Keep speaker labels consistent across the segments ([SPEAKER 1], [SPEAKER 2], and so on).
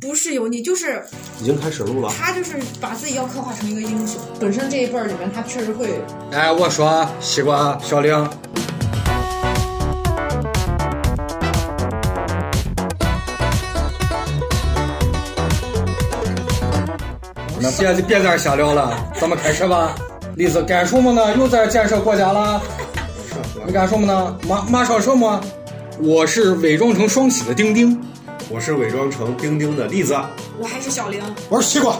[SPEAKER 1] 不是油腻，就是
[SPEAKER 2] 已经开始录了。
[SPEAKER 1] 他就是把自己要刻画成一个英雄。本身这一辈儿里面，他确实会
[SPEAKER 3] 哎，我说西瓜小玲，那别别在这儿瞎聊了，咱们开始吧。栗子干什么呢？又在建设国家了？你干什么呢？马马说什么？我是伪装成双喜的丁丁。
[SPEAKER 2] 我是伪装成丁丁的栗子，
[SPEAKER 1] 我还是小玲，
[SPEAKER 3] 我是西瓜。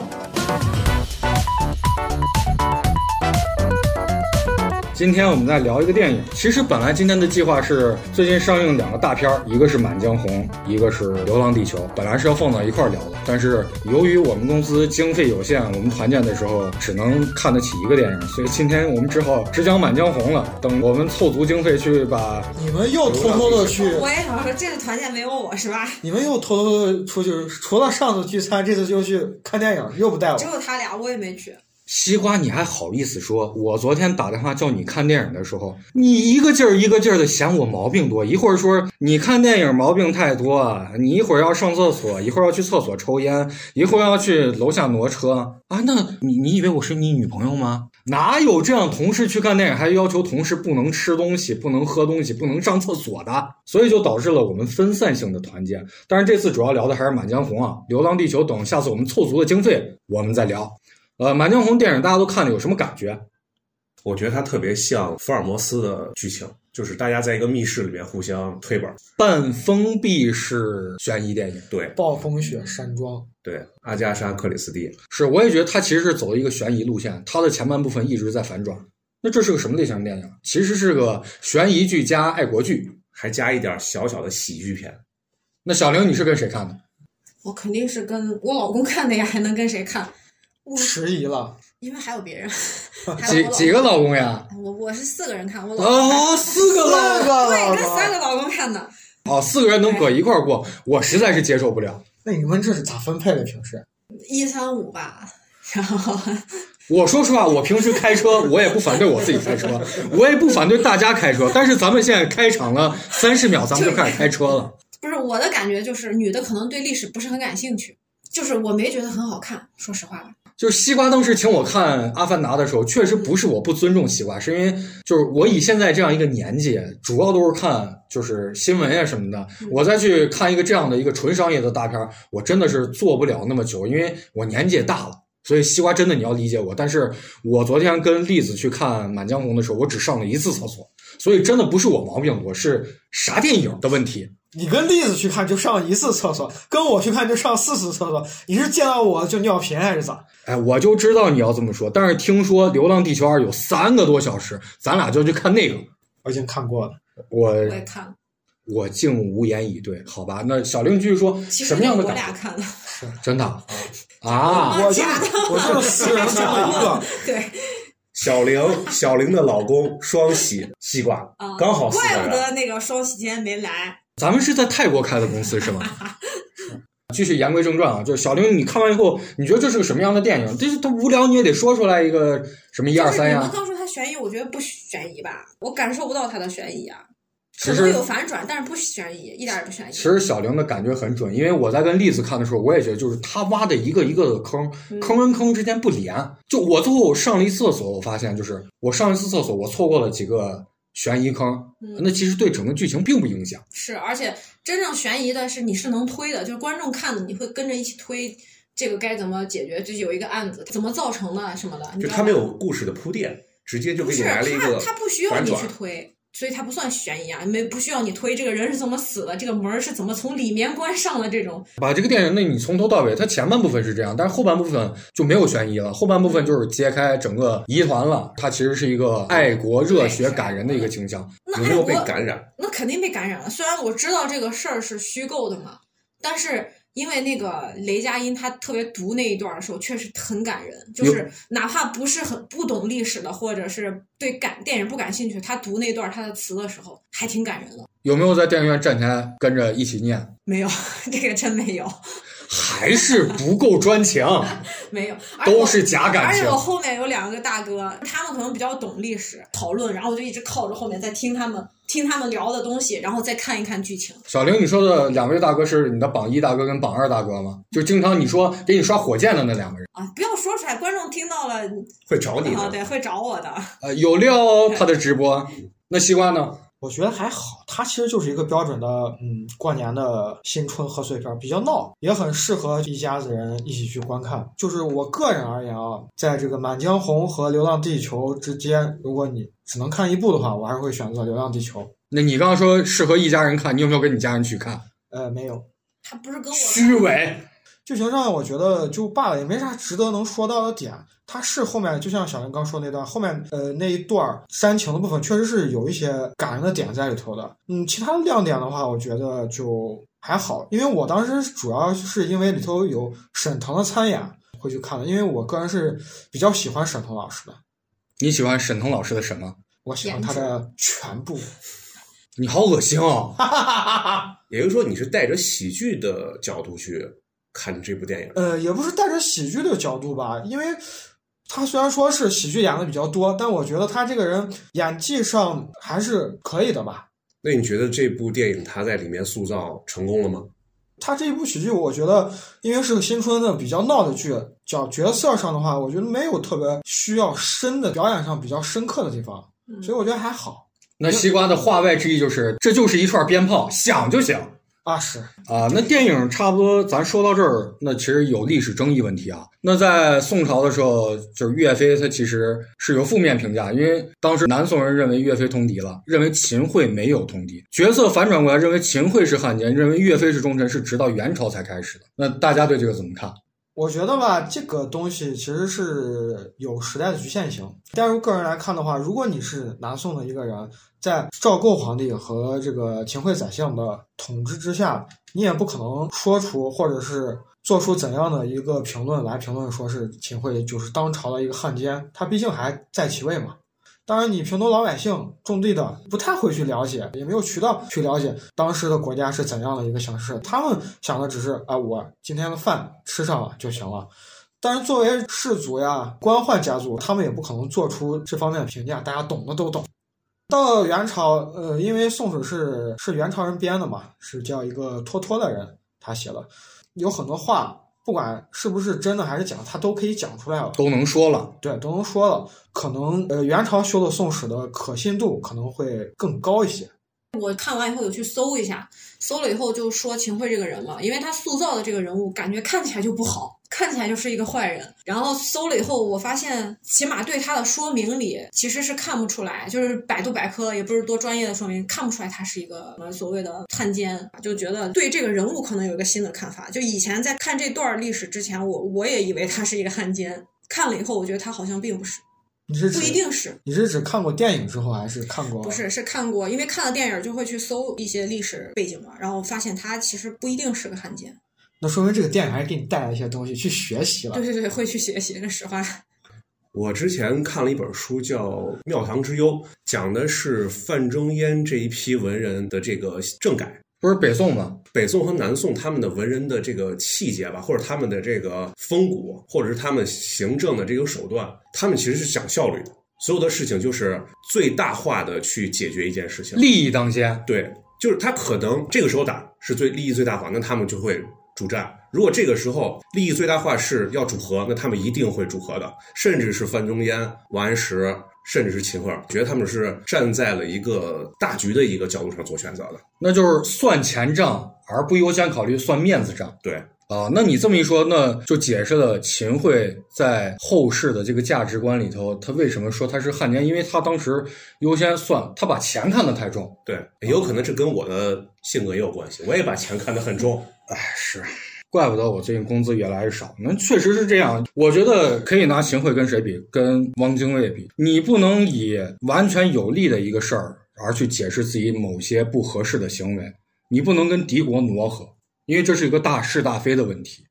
[SPEAKER 3] 今天我们再聊一个电影。其实本来今天的计划是最近上映两个大片儿，一个是《满江红》，一个是《流浪地球》，本来是要放到一块儿聊的。但是由于我们公司经费有限，我们团建的时候只能看得起一个电影，所以今天我们只好只讲《满江红》了。等我们凑足经费去把
[SPEAKER 4] 你们又偷偷的去，
[SPEAKER 1] 我也想说，这次团建没有我是吧？
[SPEAKER 4] 你们又偷偷的出去，除了上次聚餐，这次就去看电影，又不
[SPEAKER 3] 啊
[SPEAKER 4] 带我
[SPEAKER 1] 只。有他俩，我也没去。
[SPEAKER 3] 西瓜，你还好意思说？我昨天打电话叫你看电影的时候，你一个劲儿一个劲儿的嫌我毛病多，一会儿说你看电影毛病太多，你一会儿要上厕所，一会儿要去厕所抽烟，一会儿要去楼下挪车啊？那你你以为我是你女朋友吗？哪有这样同事去看电影还要求同事不能吃东西、不能喝东西、不能上厕所的？所以就导致了我们分散性的团建。但是这次主要聊的还是《满江红》啊，《流浪地球》等，下次我们凑足了经费，我们再聊。呃，《满江红》电影大家都看了，有什么感觉？
[SPEAKER 2] 我觉得它特别像福尔摩斯的剧情，就是大家在一个密室里面互相推本儿。
[SPEAKER 3] 半封闭式悬疑电影，
[SPEAKER 2] 对
[SPEAKER 4] 暴风雪山庄，
[SPEAKER 2] 对，阿加莎·克里斯蒂，
[SPEAKER 3] 是我也觉得它其实是走一个悬疑路线，它的前半部分一直在反转。那这是个什么类型的电影？其实是个悬疑剧加爱国剧。
[SPEAKER 2] 还加一点小小的喜剧片。
[SPEAKER 3] 那小玲，你是跟谁看的？
[SPEAKER 1] 我肯定是跟我老公看的呀，还能跟谁看？我
[SPEAKER 4] 迟疑了。
[SPEAKER 1] 因为还有别人，还有
[SPEAKER 3] 啊几
[SPEAKER 1] 我
[SPEAKER 3] 几个老公呀？
[SPEAKER 1] 公？我我是四个人看，我老公看、
[SPEAKER 3] 哦，四个老
[SPEAKER 4] 那个
[SPEAKER 1] 对，
[SPEAKER 4] 了
[SPEAKER 1] 跟三个老公看的。
[SPEAKER 3] 哦，四个人能搁一块儿过，我实在是接受不了。
[SPEAKER 4] 那你们这是咋分配的？平时
[SPEAKER 1] 一三五吧，然后
[SPEAKER 3] 我说实话，我平时开车，我也不反对我自己开车，我也不反对大家开车。但是咱们现在开场了三十秒，咱们就开始开车了。
[SPEAKER 1] 不是我的感觉就是女的可能对历史不是很感兴趣，就是我没觉得很好看，说实话吧。
[SPEAKER 3] 就是西瓜当时请我看《阿凡达》的时候，确实不是我不尊重西瓜，是因为就是我以现在这样一个年纪，主要都是看就是新闻呀什么的。我再去看一个这样的一个纯商业的大片儿，我真的是做不了那么久，因为我年纪也大了。所以西瓜真的你要理解我，但是我昨天跟栗子去看《满江红》的时候，我只上了一次厕所，所以真的不是我毛病多，是啥电影的问题。
[SPEAKER 4] 你跟栗子去看就上一次厕所，跟我去看就上四次厕所，你是见到我就尿频还是咋？
[SPEAKER 3] 哎，我就知道你要这么说，但是听说《流浪地球二》有三个多小时，咱俩就去看那个。
[SPEAKER 4] 我已经看过了，
[SPEAKER 3] 我
[SPEAKER 1] 我也看了，
[SPEAKER 3] 我竟无言以对，好吧？那小玲继续说
[SPEAKER 1] 其
[SPEAKER 3] 什
[SPEAKER 1] 实
[SPEAKER 3] 么样的
[SPEAKER 1] 我
[SPEAKER 3] 感
[SPEAKER 1] 俩
[SPEAKER 3] 觉？
[SPEAKER 1] 看的，
[SPEAKER 3] 真的啊，
[SPEAKER 4] 我就我就四人上了一个，
[SPEAKER 1] 对，
[SPEAKER 2] 小玲， 小玲的老公双喜西瓜
[SPEAKER 1] 啊，
[SPEAKER 2] 刚好四
[SPEAKER 1] 怪
[SPEAKER 2] 个
[SPEAKER 1] 不
[SPEAKER 2] 人。
[SPEAKER 1] 得那个双喜今天没来，
[SPEAKER 3] 咱们是在泰国开的公司是吗？继续言归正传啊，就是小玲，你看完以后，你觉得这是个什么样的电影？这是它无聊，你也得说出来一个什么一
[SPEAKER 1] 就
[SPEAKER 3] 二
[SPEAKER 1] 是
[SPEAKER 3] 三
[SPEAKER 1] 你们
[SPEAKER 3] 呀。
[SPEAKER 1] 刚说它悬疑，我觉得不悬疑吧，我感受不到它的悬疑啊，
[SPEAKER 3] 其
[SPEAKER 1] 可
[SPEAKER 3] 实
[SPEAKER 1] 能有反转，但是不悬疑，一点儿也不悬疑。
[SPEAKER 3] 其实小玲的感觉很准，因为我在跟栗子看的时候，我也觉得就是她挖的一个一个的坑，
[SPEAKER 1] 嗯
[SPEAKER 3] 坑跟坑之间不连。就我最后上了一次厕所，我发现就是我上一次厕所，我错过了几个悬疑坑，
[SPEAKER 1] 嗯
[SPEAKER 3] 那其实对整个剧情并不影响。
[SPEAKER 1] 是，而且真正悬疑的是你是能推的，就是观众看的你会跟着一起推。这个该怎么解决？就有一个案子怎么造成的什么的，你
[SPEAKER 2] 就
[SPEAKER 1] 知道
[SPEAKER 2] 他没
[SPEAKER 1] 吧
[SPEAKER 2] 有故事的铺垫，直接就
[SPEAKER 1] 不
[SPEAKER 2] 给你
[SPEAKER 1] 是
[SPEAKER 2] 来
[SPEAKER 1] 他
[SPEAKER 2] 了一个
[SPEAKER 1] 他不需要
[SPEAKER 2] 反
[SPEAKER 1] 你去
[SPEAKER 2] 转。
[SPEAKER 1] 推，所以他不算悬疑啊，没不需要你推这个人是怎么死的，这个门儿是怎么从里面关上的这种。
[SPEAKER 3] 把这个电影，那你从头到尾，它前半部分是这样，但是后半部分就没有悬疑了，后半部分就是揭开整个疑团了。它其实是一个爱国热血感人的一个倾向。
[SPEAKER 1] 那哎爱
[SPEAKER 2] 有没有被
[SPEAKER 1] 国
[SPEAKER 2] 感染？
[SPEAKER 1] 那肯定被感染了，虽然我知道这个事儿是虚构的嘛，但是。因为那个雷佳音他特别读那一段儿的时候，确实很感人。就
[SPEAKER 3] 有
[SPEAKER 1] 是哪怕不是很不懂历史的，或者是对感电影不感兴趣，他读那段儿他的词的时候，还挺感人的。
[SPEAKER 3] 有没有在电影院站前跟 着一起念？
[SPEAKER 1] 没有，这个真没有。
[SPEAKER 3] 还是不够专情。
[SPEAKER 1] 没有，而且我
[SPEAKER 3] 都是假感
[SPEAKER 1] 而且
[SPEAKER 3] 情
[SPEAKER 1] 我。后面有两个大哥，他们可能比较懂历史讨论，然后我就一直靠着后面在听他们听他们聊的东西，然后再看一看剧情。
[SPEAKER 3] 小玲，你说的两位大哥是你的榜一大哥跟榜二大哥吗？就经常你说给你刷火箭的那两个人，
[SPEAKER 1] 啊，不要说出来，观众听到了
[SPEAKER 2] 会找你
[SPEAKER 1] 啊，
[SPEAKER 2] 的。
[SPEAKER 1] 对，会找我的。
[SPEAKER 3] 呃，有料哦，他的直播。那西瓜呢？
[SPEAKER 4] 我觉得还好，它其实就是一个标准的，嗯，过年的新春贺岁片，比较闹，也很适合一家子人一起去观看。就是我个人而言啊，在这个《满江红》和《流浪地球》之间，如果你只能看一部的话，我还是会选择《流浪地球》。
[SPEAKER 3] 那你刚刚说适合一家人看，你有没有跟你家人去看？
[SPEAKER 4] 呃，没有，
[SPEAKER 1] 他不是跟我
[SPEAKER 3] 虚伪。
[SPEAKER 4] 剧情上我觉得就罢了，也没啥值得能说到的点。它是后面就像小林刚说那段，后面呃那一段儿煽情的部分，确实是有一些感人的点在里头的。嗯，其他的亮点的话，我觉得就还好，因为我当时主要是因为里头有沈腾的参演会去看的，因为我个人是比较喜欢沈腾老师的，
[SPEAKER 3] 你喜欢沈腾老师的什么？
[SPEAKER 4] 我喜欢他的全部。
[SPEAKER 3] 你好恶心哦！
[SPEAKER 2] 也就是说，你是带着喜剧的角度去看这部电影。
[SPEAKER 4] 呃，也不是带着喜剧的角度吧，因为他虽然说是喜剧演的比较多，但我觉得他这个人演技上还是可以的吧。
[SPEAKER 2] 那你觉得这部电影它在里面塑造成功了吗？
[SPEAKER 4] 他这一部喜剧，我觉得因为是个新春的比较闹的剧，角角色上的话，我觉得没有特别需要深的表演上比较深刻的地方，
[SPEAKER 1] 嗯
[SPEAKER 4] 所以我觉得还好
[SPEAKER 3] 那西瓜的话外之意就是，这就是一串鞭炮，响就响
[SPEAKER 4] 啊。是，
[SPEAKER 3] 啊！那电影差不多，咱说到这儿，那其实有历史争议问题啊。那在宋朝的时候，就是岳飞，他其实是有负面评价，因为当时南宋人认为岳飞通敌了，认为秦桧没有通敌。角色反转过来，认为秦桧是汉奸，认为岳飞是忠臣，是直到元朝才开始的。那大家对这个怎么看？
[SPEAKER 4] 我觉得吧，这个东西其实是有时代的局限性。但是个人来看的话，如果你是南宋的一个人，在赵构皇帝和这个秦桧宰相的统治之下，你也不可能说出或者是做出怎样的一个评论来评论说是秦桧就是当朝的一个汉奸，他毕竟还在其位嘛。当然，你平头老百姓种地的不太会去了解，也没有渠道去了解当时的国家是怎样的一个形式。他们想的只是啊，我今天的饭吃上了就行了。但是作为士族呀、官宦家族，他们也不可能做出这方面的评价，大家懂的都懂。到了元朝，呃，因为宋史是是元朝人编的嘛，是叫一个托托的人他写的，有很多话，不管是不是真的还是假的，他都可以讲出来了。
[SPEAKER 3] 都能说了，
[SPEAKER 4] 对，都能说了，可能呃元朝修的《宋史》的可信度可能会更高一些。
[SPEAKER 1] 我看完以后有去搜一下，搜了以后就说秦桧这个人嘛，因为他塑造的这个人物感觉看起来就不好，看起来就是一个坏人。然后搜了以后，我发现起码对他的说明里其实是看不出来，就是百度百科也不是多专业的说明，看不出来他是一个呃所谓的汉奸，就觉得对这个人物可能有一个新的看法。就以前在看这段历史之前，我我也以为他是一个汉奸，看了以后我觉得他好像并不是，
[SPEAKER 4] 你是
[SPEAKER 1] 不一
[SPEAKER 4] 指
[SPEAKER 1] 定是。
[SPEAKER 4] 你是指看过电影之后，还是看过？
[SPEAKER 1] 不，是，是看过，因为看了电影就会去搜一些历史背景嘛，然后发现他其实不一定是个汉奸。
[SPEAKER 4] 那说明这个电影还是给你带来一些东西，去学习了
[SPEAKER 1] 对。对对，会去学习，这实话。
[SPEAKER 2] 我之前看了一本书，叫《庙堂之忧》，讲的是范仲淹这一批文人的这个政改。
[SPEAKER 3] 不是北宋吗？
[SPEAKER 2] 北宋和南宋他们的文人的这个气节吧，或者他们的这个风骨，或者是他们行政的这个手段，他们其实是讲效率的。所有的事情就是最大化的去解决一件事情。
[SPEAKER 3] 利益当先，
[SPEAKER 2] 对，就是他可能这个时候打是最利益最大化，那他们就会主战。如果这个时候利益最大化是要主和，那他们一定会主和的，甚至是范仲淹、王安石，甚至是秦桧，觉得他们是站在了一个大局的一个角度上做选择的。
[SPEAKER 3] 那就是算钱账，而不优先考虑算面子账。
[SPEAKER 2] 对，
[SPEAKER 3] 啊，那你这么一说，那就解释了秦桧在后世的这个价值观里头，他为什么说他是汉奸？因为他当时优先算，他把钱看得太重。
[SPEAKER 2] 对，也有可能这跟我的性格也有关系，我也把钱看得很重。
[SPEAKER 3] 哎，是，怪不得我最近工资越来越少。那确实是这样，我觉得可以拿秦桧跟谁比？跟汪精卫比。你不能以完全有利的一个事儿而去解释自己某些不合适的行为，你不能跟敌国挪合，因为这是一个大是大非的问题。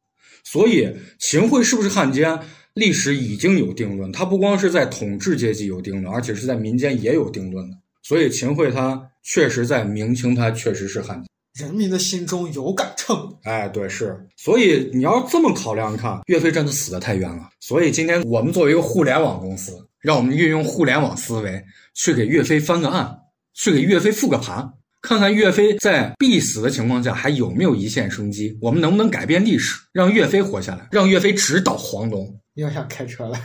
[SPEAKER 3] 所以秦桧是不是汉奸，历史已经有定论。他不光是在统治阶级有定论，而且是在民间也有定论的。所以秦桧他确实在明清，他确实是汉奸。
[SPEAKER 4] 人民的心中有杆秤。
[SPEAKER 3] 哎，对，是，所以你要这么考量，你看岳飞真的死得太冤了。所以今天我们作为一个互联网公司，让我们运用互联网思维去给岳飞翻个案，去给岳飞复个盘，看看岳飞在必死的情况下还有没有一线生机，我们能不能改变历史，让岳飞活下来，让岳飞直捣黄龙。
[SPEAKER 4] 又想开车了，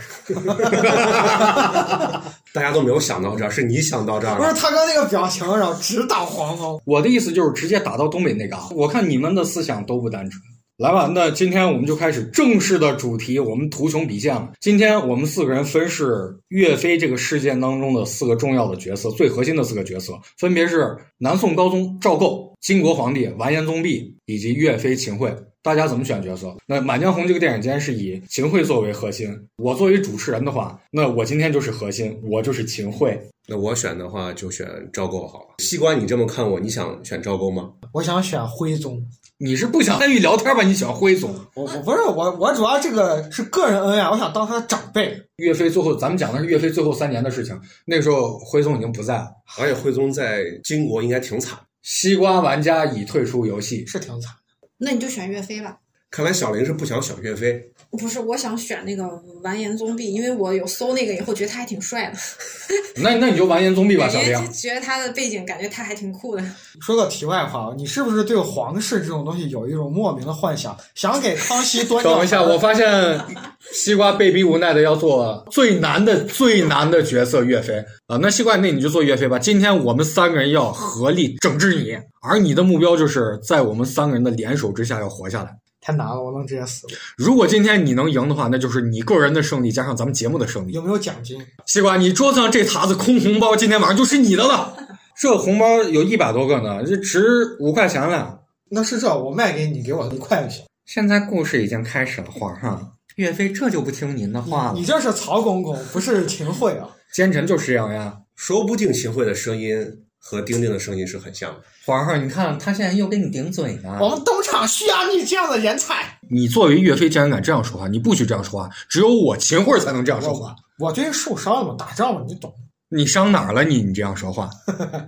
[SPEAKER 2] 大家都没有想到这儿，是你想到这儿
[SPEAKER 4] 不是
[SPEAKER 2] 了。
[SPEAKER 4] 他刚那个表情，然后直打黄蜂。
[SPEAKER 3] 我的意思就是直接打到东北那嘎、我看你们的思想都不单纯。来吧，那今天我们就开始正式的主题，我们图穷匕见了。今天我们四个人分是岳飞这个事件当中的四个重要的角色，最核心的四个角色，分别是南宋高宗赵构、金国皇帝完颜宗弼以及岳飞秦桧。大家怎么选角色？那《满江红》这个电影今天是以秦桧作为核心，我作为主持人的话，那我今天就是核心，我就是秦桧。
[SPEAKER 2] 那我选的话就选赵构好了。西瓜，你这么看我，你想选赵构吗？
[SPEAKER 4] 我想选徽宗，
[SPEAKER 3] 你是不想参与聊天吧？你喜欢徽宗？
[SPEAKER 4] 我我不是我我主要这个是个人恩爱，我想当他的长辈。
[SPEAKER 3] 岳飞最后，咱们讲的是岳飞最后三年的事情。那个时候，徽宗已经不在了，
[SPEAKER 2] 而且徽宗在金国应该挺惨。
[SPEAKER 3] 西瓜玩家已退出游戏。
[SPEAKER 4] 是挺惨。
[SPEAKER 1] 那你就选岳飞吧。
[SPEAKER 2] 看来小林是不想选岳飞，
[SPEAKER 1] 不是，我想选那个完颜宗弼，因为我有搜那个以后，觉得他还挺帅的，
[SPEAKER 3] 那那你就完颜 宗弼吧，
[SPEAKER 1] 感
[SPEAKER 3] 小
[SPEAKER 1] 觉
[SPEAKER 3] 兵。
[SPEAKER 1] 就觉得他的背景，感觉他还挺酷的。
[SPEAKER 4] 说个题外话，啊你是不是对皇室这种东西有一种莫名的幻想，想给康熙端尿？
[SPEAKER 3] 等 一下，我发现西瓜被逼无奈的要做最难的最难的角色岳飞啊。那西瓜，那你就做岳飞吧。今天我们三个人要合力整治你，而你的目标就是在我们三个人的联手之下要活下来。
[SPEAKER 4] 太难了，我能直接死了。
[SPEAKER 3] 如果今天你能赢的话，那就是你个人的胜利加上咱们节目的胜利。
[SPEAKER 4] 有没有奖金？
[SPEAKER 3] 西瓜，你桌子上这沓子空红包，今天晚上就是你的了。 这红包有一百多个呢，这值五块钱了。
[SPEAKER 4] 那是这，我卖给你，给我一块就行。
[SPEAKER 3] 现在故事已经开始了，皇上，岳飞这就不听您的话
[SPEAKER 4] 你。这是曹公公，不是秦桧啊！
[SPEAKER 3] 奸臣就是这样呀，
[SPEAKER 2] 说不定秦桧的声音和丁丁的声音是很像的。
[SPEAKER 3] 皇上，你看他现在又跟你顶嘴呢
[SPEAKER 4] 我们东厂需要你这样的人才。
[SPEAKER 3] 哦你作为岳飞，竟然敢这样说话，你不许这样说话，只有我秦桧才能这样说话。
[SPEAKER 4] 我最近受伤了嘛，打仗嘛，你懂。
[SPEAKER 3] 你伤哪儿了你？你这样说 话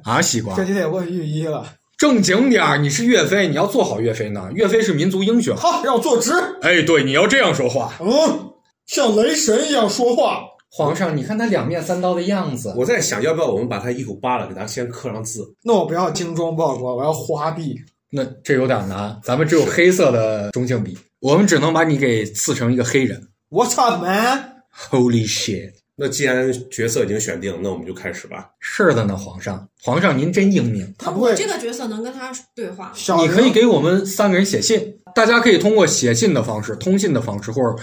[SPEAKER 3] 啊，西瓜
[SPEAKER 4] 这，就得问御医了。
[SPEAKER 3] 正经点儿，你是岳飞，你要做好岳飞呢。岳飞是民族 英雄。
[SPEAKER 4] 好，让我坐直。
[SPEAKER 3] 哎，对，你要这样说话。
[SPEAKER 4] 嗯，像雷神一样说话。
[SPEAKER 3] 皇上，你看他两面三刀的样子，
[SPEAKER 2] 我在想，要不要我们把他衣服扒了，给他先刻上字？
[SPEAKER 4] 那我不要精忠报国，我要花臂。
[SPEAKER 3] 那这有点难。咱们只有黑色的中性笔，我们只能把你给刺成一个黑人。
[SPEAKER 4] What's up, man？
[SPEAKER 3] Holy shit！
[SPEAKER 2] 那既然角色已经选定，那我们就开始吧。
[SPEAKER 3] 是的呢，皇上，皇上您真英明。
[SPEAKER 4] 他不会
[SPEAKER 1] 这个角色能跟他对话，
[SPEAKER 4] 小
[SPEAKER 3] 你
[SPEAKER 4] 人
[SPEAKER 3] 可以给我们三个人写信，大家可以通过写信的方式、通信的方式，或者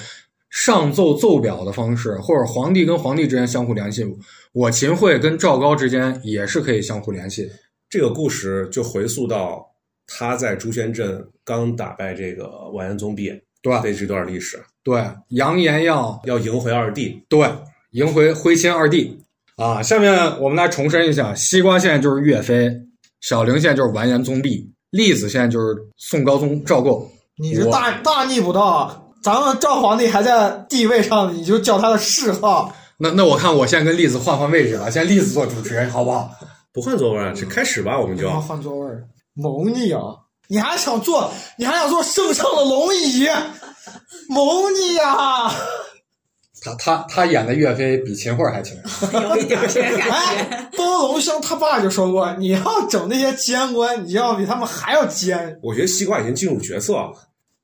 [SPEAKER 3] 上奏奏表的方式，或者皇帝跟皇帝之间相互联系。我秦桧跟赵高之间也是可以相互联系的。
[SPEAKER 2] 这个故事就回溯到他在朱轩镇刚打败这个完颜宗弼
[SPEAKER 3] 对吧
[SPEAKER 2] 的这段历史，
[SPEAKER 3] 对，扬言要
[SPEAKER 2] 要迎回二弟。
[SPEAKER 3] 对，赢回徽钦二帝啊！下面我们来重申一下：西瓜现在就是岳飞，小陵现在就是完颜宗弼，栗子现在就是宋高宗赵构。
[SPEAKER 4] 你这大大逆不道啊！咱们赵皇帝还在地位上，你就叫他的谥号。
[SPEAKER 3] 那那我看我现在跟栗子换换位置了，现在栗子做主持人好不好？
[SPEAKER 2] 不换座位啊，这开始吧，我们就
[SPEAKER 4] 要换座位儿，蒙你啊！你还想坐？你还想坐圣上的龙椅？蒙你啊 呀、
[SPEAKER 3] 他他他演的岳飞比秦桧还强。
[SPEAKER 1] 有一点儿这个感觉。
[SPEAKER 4] 哎，包龙生他爸就说过，你要整那些奸官，你要比他们还要奸。
[SPEAKER 2] 我觉得西瓜已经进入角色了。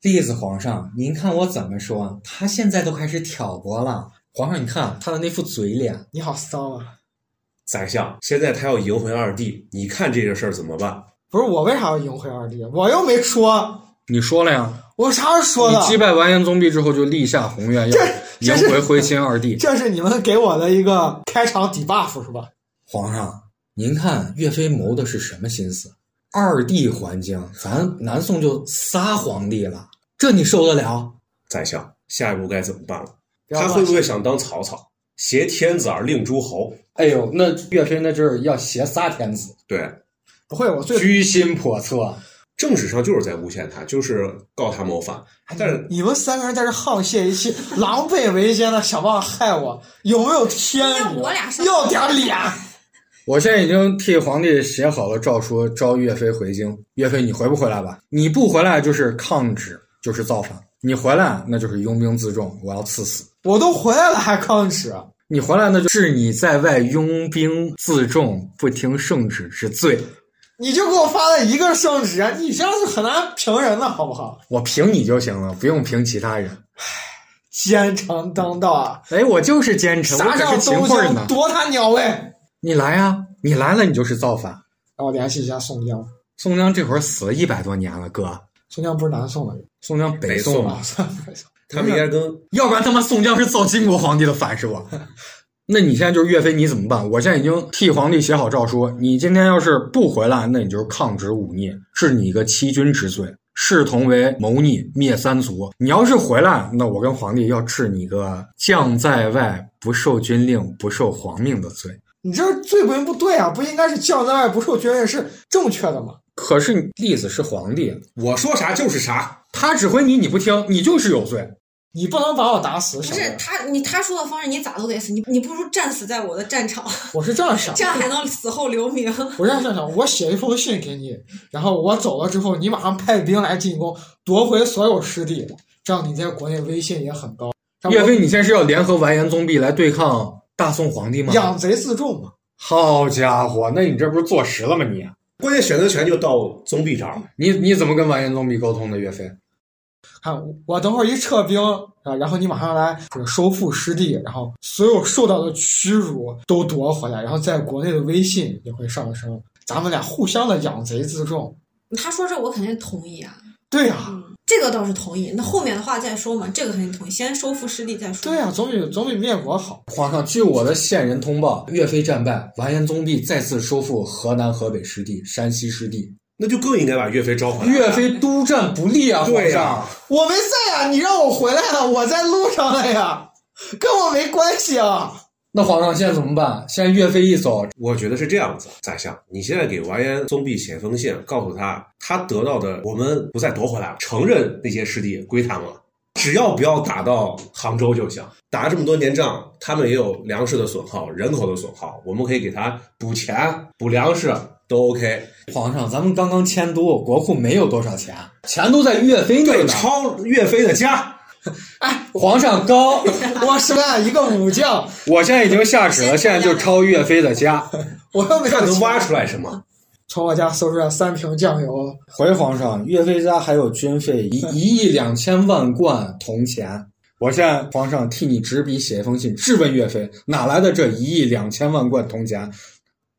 [SPEAKER 3] 栗子皇上，您看我怎么说？啊他现在都开始挑拨了。皇上，你看啊他的那副嘴脸，
[SPEAKER 4] 你好骚啊！
[SPEAKER 2] 宰相，现在他要迎回二弟，你看这个事儿怎么办？
[SPEAKER 4] 不是我为啥要迎回二弟？啊我又没说，
[SPEAKER 3] 你说了呀？
[SPEAKER 4] 我啥时候说
[SPEAKER 3] 你
[SPEAKER 4] 的？
[SPEAKER 3] 击败完颜宗弼之后，就立下宏愿，要
[SPEAKER 4] 这
[SPEAKER 3] 迎
[SPEAKER 4] 是
[SPEAKER 3] 回徽钦二帝。
[SPEAKER 4] 这是你们给我的一个开场 debuff 是吧？
[SPEAKER 3] 皇上，您看岳飞谋的是什么心思？二帝还京，咱南宋就仨皇帝了，这你受得了？
[SPEAKER 2] 宰相，下一步该怎么办了？
[SPEAKER 4] 不要
[SPEAKER 2] 他
[SPEAKER 4] 乱
[SPEAKER 2] 会不会想当曹操，挟天子而令诸侯？
[SPEAKER 3] 哎呦，那岳飞那就是要挟仨天子，
[SPEAKER 2] 对，
[SPEAKER 4] 不会，我最
[SPEAKER 3] 居心叵测。
[SPEAKER 2] 政治上就是在诬陷他，就是告他谋反。但是
[SPEAKER 4] 哎你们三个人在这沆瀣一气、狼狈为奸的想办法害我，有没有天理？啊
[SPEAKER 1] 那我俩是
[SPEAKER 4] 要点脸！啊
[SPEAKER 3] 我现在已经替皇帝写好了诏书，召岳飞回京。岳飞，你回不回来吧？你不回来就是抗旨，就是造反；你回来那就是拥兵自重，我要赐死。
[SPEAKER 4] 我都回来了还抗旨，啊
[SPEAKER 3] 你回来那就是你在外拥兵自重，不听圣旨之罪。
[SPEAKER 4] 你就给我发了一个圣旨，啊你这样是很难评人的，好不好？
[SPEAKER 3] 我评你就行了，不用评其他人。
[SPEAKER 4] 奸臣当道啊，
[SPEAKER 3] 哎，我就是奸臣，我
[SPEAKER 4] 杀
[SPEAKER 3] 可
[SPEAKER 4] 上
[SPEAKER 3] 是秦
[SPEAKER 4] 东
[SPEAKER 3] 桧呢
[SPEAKER 4] 乡。夺他鸟位。让
[SPEAKER 3] 你来呀、你来了，你就是造反。
[SPEAKER 4] 我联系一下宋江，
[SPEAKER 3] 宋江这会儿死了一百多年了，哥，
[SPEAKER 4] 宋江不是南宋的人
[SPEAKER 3] 宋江北
[SPEAKER 2] 北
[SPEAKER 3] 宋
[SPEAKER 2] 宋
[SPEAKER 3] 嘛
[SPEAKER 4] 啊，，算了算了
[SPEAKER 2] 他们应该跟
[SPEAKER 3] 要不然他妈宋江是造金国皇帝的反是吧？那你现在就是岳飞，你怎么办？我现在已经替皇帝写好诏书，你今天要是不回来，那你就是抗旨忤逆，是你一个欺君之罪，视同为谋逆灭三族。你要是回来，那我跟皇帝要治你个将在外不受军令不受皇命的罪。
[SPEAKER 4] 你这罪不不对啊，不应该是将在外不受军令是正确的吗？
[SPEAKER 3] 可是你弟子是皇帝，
[SPEAKER 2] 我说啥就是啥，
[SPEAKER 3] 他指挥你你不听，你就是有罪。
[SPEAKER 4] 你不能把我打死，
[SPEAKER 1] 不
[SPEAKER 4] 小
[SPEAKER 1] 是
[SPEAKER 4] 妹，
[SPEAKER 1] 他，你他说的方式，你咋都得死，你你不如战死在我的战场，
[SPEAKER 4] 我是这样想的
[SPEAKER 1] 这。样还能死后留名。
[SPEAKER 4] 我是这样想，我写一封信给你，然后我走了之后，你马上派兵来进攻，夺回所有失地，这样你在国内威信也很高。然后
[SPEAKER 3] 岳飞，你现在是要联合完颜宗弼来对抗大宋皇帝吗？
[SPEAKER 4] 养贼自重嘛，
[SPEAKER 3] 好家伙，那你这不是坐实了吗你？
[SPEAKER 2] 关键选择权就到宗弼这儿了。
[SPEAKER 3] 你你怎么跟完颜宗弼沟通的？岳飞，
[SPEAKER 4] 看我等会儿一撤兵啊，然后你马上来这个收复失地，然后所有受到的屈辱都夺回来，然后在国内的威信也会上升。咱们俩互相的养贼自重，
[SPEAKER 1] 他说这我肯定同意啊，
[SPEAKER 4] 对呀、
[SPEAKER 1] 这个倒是同意。那后面的话再说嘛，这个肯定同意，先收复失地再说。
[SPEAKER 4] 对啊呀、总比总比灭国好。
[SPEAKER 3] 皇上，据我的线人通报，岳飞战败，完颜宗弼再次收复河南、河北失地、山西失地，
[SPEAKER 2] 那就更应该把岳飞招回来。
[SPEAKER 3] 岳飞督战不利啊！
[SPEAKER 2] 对
[SPEAKER 3] 皇
[SPEAKER 2] 呀
[SPEAKER 3] 上，
[SPEAKER 4] 我没在啊呀、你让我回来了，我在路上了呀，跟我没关系啊。
[SPEAKER 3] 那皇上现在怎么办？现在岳飞一走，
[SPEAKER 2] 我觉得是这样子，宰相，你现在给完颜宗弼写封信，告诉他，他得到的我们不再夺回来了，承认那些失地归他们了，只要不要打到杭州就行。打了这么多年仗，他们也有粮食的损耗、人口的损耗，我们可以给他补钱、补粮食，都 OK。
[SPEAKER 3] 皇上，咱们刚刚迁都，国库没有多少钱，钱都在岳飞那儿
[SPEAKER 2] 对，
[SPEAKER 3] 呢。
[SPEAKER 2] 抄岳飞的家，
[SPEAKER 3] 皇上 高，
[SPEAKER 4] 我是吧，一个武将，
[SPEAKER 3] 我现在已经下旨了，现在就抄岳飞的家。
[SPEAKER 4] 我又没有
[SPEAKER 2] 看能
[SPEAKER 4] 钱
[SPEAKER 2] 挖出来什么。
[SPEAKER 4] 从我家搜出来三瓶酱油，
[SPEAKER 3] 回皇上，岳飞家还有军费一一亿两千万贯铜钱。我现在皇上替你执笔写一封信，质问岳飞哪来的这一亿两千万贯铜钱？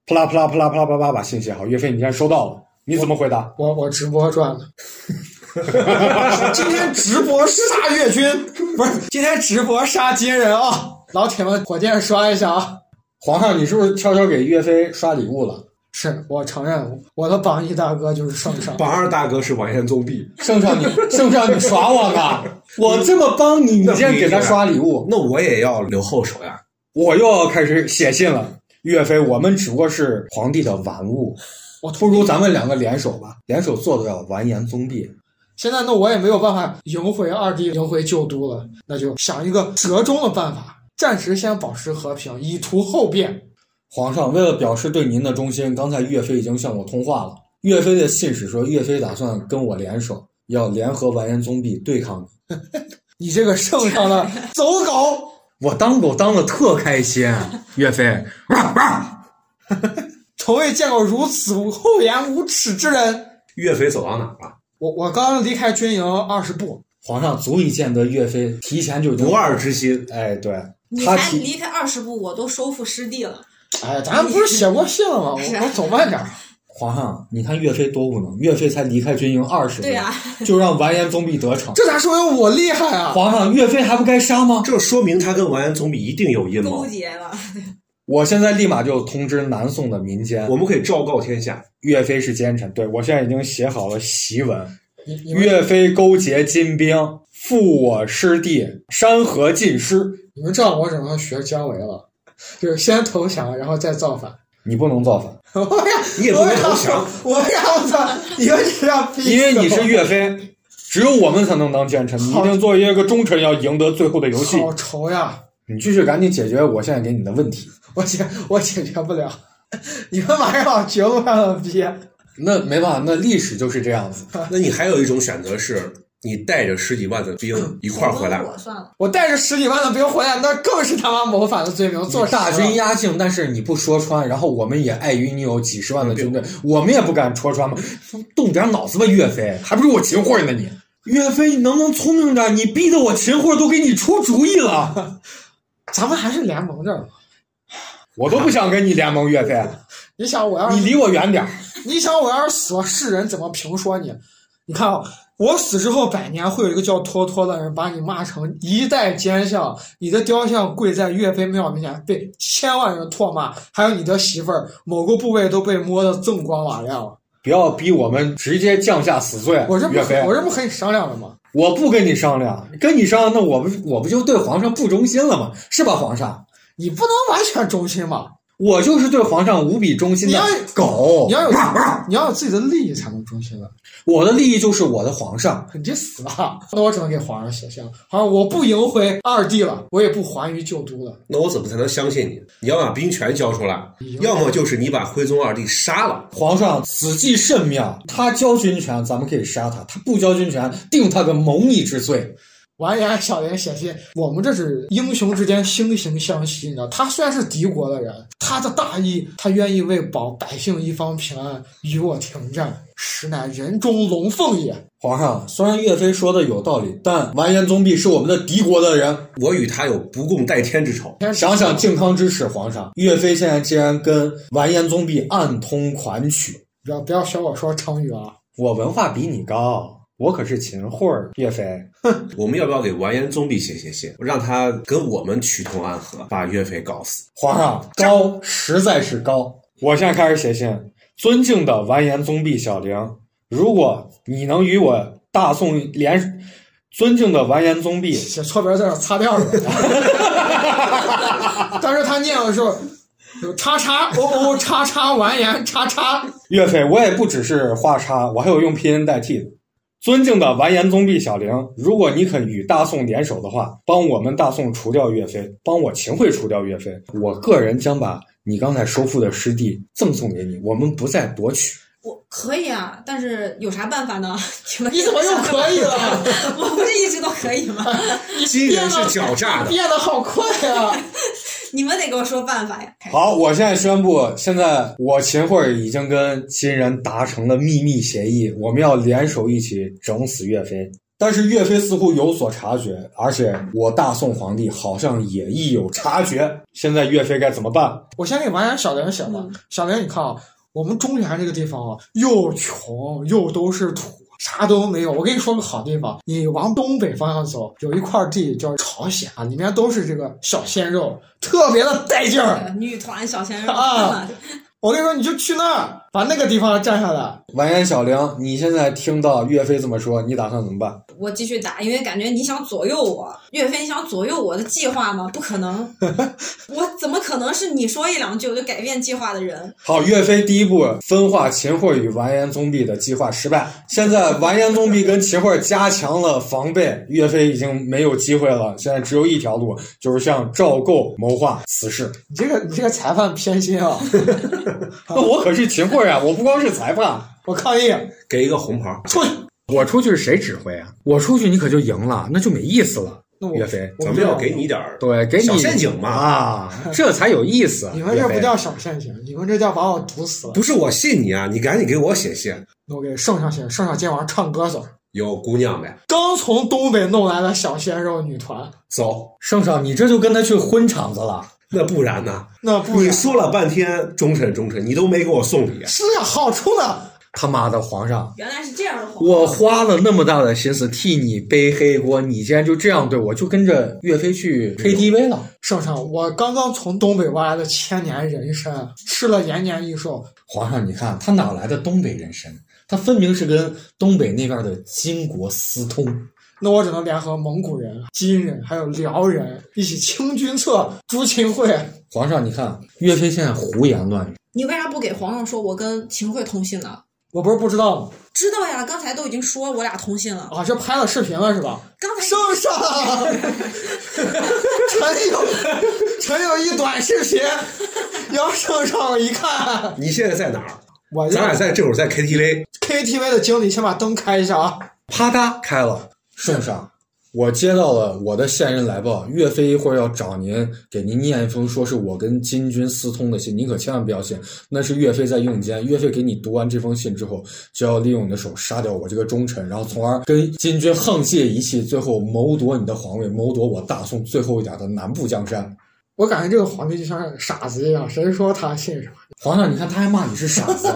[SPEAKER 3] 啪啦啪啦啪啦啪啦啪啦，把信写好。岳飞，你现在收到了，你怎么回答？
[SPEAKER 4] 我我直播赚的。 今天直播杀越军，不是今天直播杀金人啊！老铁们，火箭刷一下啊！
[SPEAKER 3] 皇上，你是不是悄悄给岳飞刷礼物了？
[SPEAKER 4] 是我承认，我的榜一大哥就是圣上。
[SPEAKER 2] 榜二大哥是完颜宗弼，
[SPEAKER 3] 圣上你，圣上你耍我呢？ 我这么帮你，你
[SPEAKER 2] 那
[SPEAKER 3] 竟然
[SPEAKER 2] 不一
[SPEAKER 3] 给他
[SPEAKER 2] 定啊
[SPEAKER 3] 刷礼物，
[SPEAKER 2] 那我也要留后手呀。
[SPEAKER 3] 我又要开始写信了。岳飞，我们只不过是皇帝的玩物，
[SPEAKER 4] 我
[SPEAKER 3] 不如咱们两个联手吧，联手做得了完颜宗弼。
[SPEAKER 4] 现在那我也没有办法迎回二弟，迎回旧都了，那就想一个折中的办法，暂时先保持和平，以图后变。
[SPEAKER 3] 皇上，为了表示对您的忠心，刚才岳飞已经向我通话了。岳飞的信使说，岳飞打算跟我联手，要联合完颜宗弼对抗你。
[SPEAKER 4] 你这个圣上的 走狗！
[SPEAKER 3] 我当狗当的特开心，啊岳飞，汪汪
[SPEAKER 4] 从未见过如此厚颜无耻之人。
[SPEAKER 2] 岳飞走到哪儿了？
[SPEAKER 4] 我我刚离开军营二十步，
[SPEAKER 3] 皇上足以见得岳飞提前就已经
[SPEAKER 2] 不二之心，
[SPEAKER 3] 哎，对
[SPEAKER 1] 你
[SPEAKER 3] 他
[SPEAKER 1] 才
[SPEAKER 3] 提
[SPEAKER 1] 离开二十步，我都收复失地了。
[SPEAKER 4] 哎，咱不是写过信了吗？我
[SPEAKER 1] 是啊
[SPEAKER 4] 我走慢点儿。
[SPEAKER 3] 皇上，你看岳飞多无能，岳飞才离开军营二十
[SPEAKER 1] 对
[SPEAKER 3] 年，
[SPEAKER 1] 啊，
[SPEAKER 3] 就让完颜宗弼得逞。
[SPEAKER 4] 这咋说明我厉害啊？
[SPEAKER 3] 皇上，岳飞还不该杀吗？
[SPEAKER 2] 这说明他跟完颜宗弼一定有阴谋
[SPEAKER 1] 勾。结了。
[SPEAKER 3] 我现在立马就通知南宋的民间
[SPEAKER 2] 我，们可以昭告天下，
[SPEAKER 3] 岳飞是奸臣。对我现在已经写好了檄文，
[SPEAKER 4] 你你们
[SPEAKER 3] 岳飞勾结金兵，复我失地，山河尽失。
[SPEAKER 4] 你们这样，我只能学姜维了，就是先投降，然后再造反。
[SPEAKER 3] 你不能造反，
[SPEAKER 4] 哎
[SPEAKER 2] 你也不能投降。
[SPEAKER 4] 我让他，你们这样逼死我，
[SPEAKER 3] 因为你是岳飞，只有我们才能当奸臣。你一定作为一个忠臣，要赢得最后的游戏。
[SPEAKER 4] 好愁呀！
[SPEAKER 3] 你继续赶紧解决我现在给你的问题。
[SPEAKER 4] 我解我解决不了。 你们马上往绝路上了逼。
[SPEAKER 3] 那没办法，那历史就是这样子。
[SPEAKER 1] 啊
[SPEAKER 2] 那你还有一种选择是，你带着十几万的兵一块儿回来
[SPEAKER 1] 我，我算了，
[SPEAKER 4] 我带着十几万的兵回来，那更是他妈谋反的罪名，坐
[SPEAKER 3] 做
[SPEAKER 4] 实
[SPEAKER 3] 大
[SPEAKER 4] 了
[SPEAKER 3] 军压境，但是你不说穿，然后我们也碍于你有几十万的军队，我们也不敢戳穿嘛。动点脑子吧，岳飞，还不如我秦桧呢你。岳飞，你能不能聪明点？你逼得我秦桧都给你出主意了，
[SPEAKER 4] 咱们还是联盟这儿吧。
[SPEAKER 3] 我都不想跟你联盟。岳飞，
[SPEAKER 4] 你想我要
[SPEAKER 3] 你
[SPEAKER 4] 是
[SPEAKER 3] 离我远点儿。
[SPEAKER 4] 你想我要是死了，世人怎么评说你？你看啊，我死之后百年，会有一个叫托托的人把你骂成一代奸相，你的雕像跪在岳飞庙面前被千万人唾骂，还有你的媳妇儿某个部位都被摸得锃光瓦亮了。
[SPEAKER 3] 不要逼我们直接降下死罪。
[SPEAKER 4] 我这不
[SPEAKER 3] 岳飞，
[SPEAKER 4] 我这不和你商量了吗？
[SPEAKER 3] 我不跟你商量，跟你商量，那我不我不就对皇上不忠心了吗？是吧，皇上？
[SPEAKER 4] 你不能完全忠心嘛，
[SPEAKER 3] 我就是对皇上无比忠心
[SPEAKER 4] 你
[SPEAKER 3] 的
[SPEAKER 4] 要
[SPEAKER 3] 狗
[SPEAKER 4] 你。要有你要有自己的利益才能忠心的。
[SPEAKER 3] 我的利益就是我的皇上。
[SPEAKER 4] 你去死吧！那我只能给皇上写信了。皇上，我不迎回二弟了，我也不还于旧都了。
[SPEAKER 2] 那我怎么才能相信你？你要把兵权交出来，要么就是你把徽宗二帝杀了。
[SPEAKER 3] 皇上死计甚妙，他交军权，咱们可以杀他；他不交军权，定他个谋逆之罪。
[SPEAKER 4] 完颜小莲写信，我们这是英雄之间惺惺相惜，你知道，他虽然是敌国的人，他的大义，他愿意为保百姓一方平安，与我停战，实乃人中龙凤也。
[SPEAKER 3] 皇上，虽然岳飞说的有道理，但完颜宗弼是我们的敌国的人，
[SPEAKER 2] 我与他有不共戴天之仇。
[SPEAKER 3] 想想靖康之耻，皇上，岳飞现在竟然跟完颜宗弼暗通款曲，
[SPEAKER 4] 不要不要学我说成语啊！
[SPEAKER 3] 我文化比你高，我可是秦桧儿。岳飞，
[SPEAKER 2] 我们要不要给完颜宗弼写写信，让他跟我们曲同暗合，把岳飞搞死？
[SPEAKER 3] 皇上高实在是高，我现在开始写信，尊敬的完颜宗弼小玲，如果你能与我大宋联，尊敬的完颜宗弼，
[SPEAKER 4] 写错别字儿擦掉了。 当时他念的时候，有叉叉哦哦叉叉完颜叉叉。
[SPEAKER 3] 岳飞，我也不只是画叉，我还有用拼音代替的。尊敬的完颜宗弼小玲，如果你肯与大宋联手的话，帮我们大宋除掉岳飞，帮我秦桧除掉岳飞，我个人将把你刚才收复的失地赠送给你，我们不再夺取。
[SPEAKER 1] 我可以啊，但是有啥办法呢？ 你们
[SPEAKER 4] 你怎么又可以了？
[SPEAKER 1] 我不是一直都可以吗？
[SPEAKER 2] 金人是狡诈的，
[SPEAKER 4] 变得好快啊！
[SPEAKER 1] 你们得给我说办法呀！
[SPEAKER 3] 好，我现在宣布，现在我秦桧已经跟金人达成了秘密协议，我们要联手一起整死岳飞。但是岳飞似乎有所察觉，而且我大宋皇帝好像也亦有察觉。现在岳飞该怎么办？
[SPEAKER 4] 我先给完颜小玲写吧。小玲，你看啊，我们中原这个地方啊，又穷又都是土，啥都没有。我跟你说个好地方，你往东北方向走，有一块地叫朝鲜啊，里面都是这个小鲜肉，特别的带劲儿。
[SPEAKER 1] 女团小鲜肉
[SPEAKER 4] 啊，我跟你说，你就去那儿，把那个地方占下来。
[SPEAKER 3] 完颜小玲，你现在听到岳飞这么说，你打算怎么办？
[SPEAKER 1] 我继续打，因为感觉你想左右我，岳飞，你想左右我的计划吗？不可 能，我怎么可能是你说一两句我就改变计划的人？
[SPEAKER 3] 好，岳飞第一步分化秦桧与完颜宗弼的计划失败。现在完颜宗弼跟秦桧加强了防备，岳飞已经没有机会了。现在只有一条路，就是向赵构谋划此事。
[SPEAKER 4] 你这个你这个裁判偏心啊！
[SPEAKER 3] 那我可是秦桧啊，我不光是裁判，
[SPEAKER 4] 我抗议，
[SPEAKER 2] 给一个红牌。
[SPEAKER 4] 出去！
[SPEAKER 3] 我出去谁指挥啊？我出去你可就赢了，那就没意思了。
[SPEAKER 4] 那我
[SPEAKER 3] 岳飞，
[SPEAKER 4] 我
[SPEAKER 2] 咱们
[SPEAKER 4] 不知道
[SPEAKER 2] 要给你点儿
[SPEAKER 3] 对，给你
[SPEAKER 2] 小陷阱嘛。
[SPEAKER 3] 啊，这才有意思。
[SPEAKER 4] 你们这
[SPEAKER 3] 岳
[SPEAKER 4] 不
[SPEAKER 3] 飞
[SPEAKER 4] 叫小陷阱，你们这叫把我毒死了。
[SPEAKER 2] 不是我信你啊，你赶紧给我写信。
[SPEAKER 4] 那我给圣上写，圣上今晚上唱歌走。
[SPEAKER 2] 有姑娘没？
[SPEAKER 4] 刚从东北弄来的小鲜肉女团，
[SPEAKER 2] 走，
[SPEAKER 3] 圣上，你这就跟他去婚场子了。
[SPEAKER 2] 那不然呢？
[SPEAKER 4] 那不
[SPEAKER 2] 你
[SPEAKER 4] 然
[SPEAKER 2] 说了半天忠臣忠臣，你都没给我送礼啊。
[SPEAKER 4] 是啊，好处呢？
[SPEAKER 3] 他妈的，皇上，
[SPEAKER 1] 原来是这样的话，
[SPEAKER 3] 我花了那么大的心思替你背黑锅，你竟然就这样对我，就跟着岳飞去 KTV 了。
[SPEAKER 4] 圣上，我刚刚从东北挖来的千年人参，啊吃了延年益寿。
[SPEAKER 3] 皇上，你看他哪来的东北人参？他分明是跟东北那边的金国私通。
[SPEAKER 4] 那我只能联合蒙古人、金人还有辽人一起清君侧诛秦桧。
[SPEAKER 3] 皇上，你看岳飞现在胡言乱语，
[SPEAKER 1] 你为啥不给皇上说我跟秦桧通信呢？
[SPEAKER 4] 我不是不知道吗？
[SPEAKER 1] 知道呀，刚才都已经说我俩通信了，
[SPEAKER 4] 啊，这拍了视频了是吧？
[SPEAKER 1] 刚才
[SPEAKER 4] 圣上， 陈友，陈友一短视频，要圣上一看，
[SPEAKER 2] 你现在在哪儿？
[SPEAKER 4] 我就
[SPEAKER 2] 咱俩在这会儿在 KTV，
[SPEAKER 4] KTV 的经理先把灯开一下啊。
[SPEAKER 3] 啪嗒开了，圣上，我接到了我的线人来报，岳飞一会儿要找您，给您念一封说是我跟金军私通的信，您可千万不要信，那是岳飞在用奸。岳飞给你读完这封信之后，就要利用你的手杀掉我这个忠臣，然后从而跟金军沆瀣一气，最后谋夺你的皇位，谋夺我大宋最后一点的南部江山。
[SPEAKER 4] 我感觉这个皇帝就像傻子一样，谁说他信什么？
[SPEAKER 3] 皇上，你看他还骂你是傻子，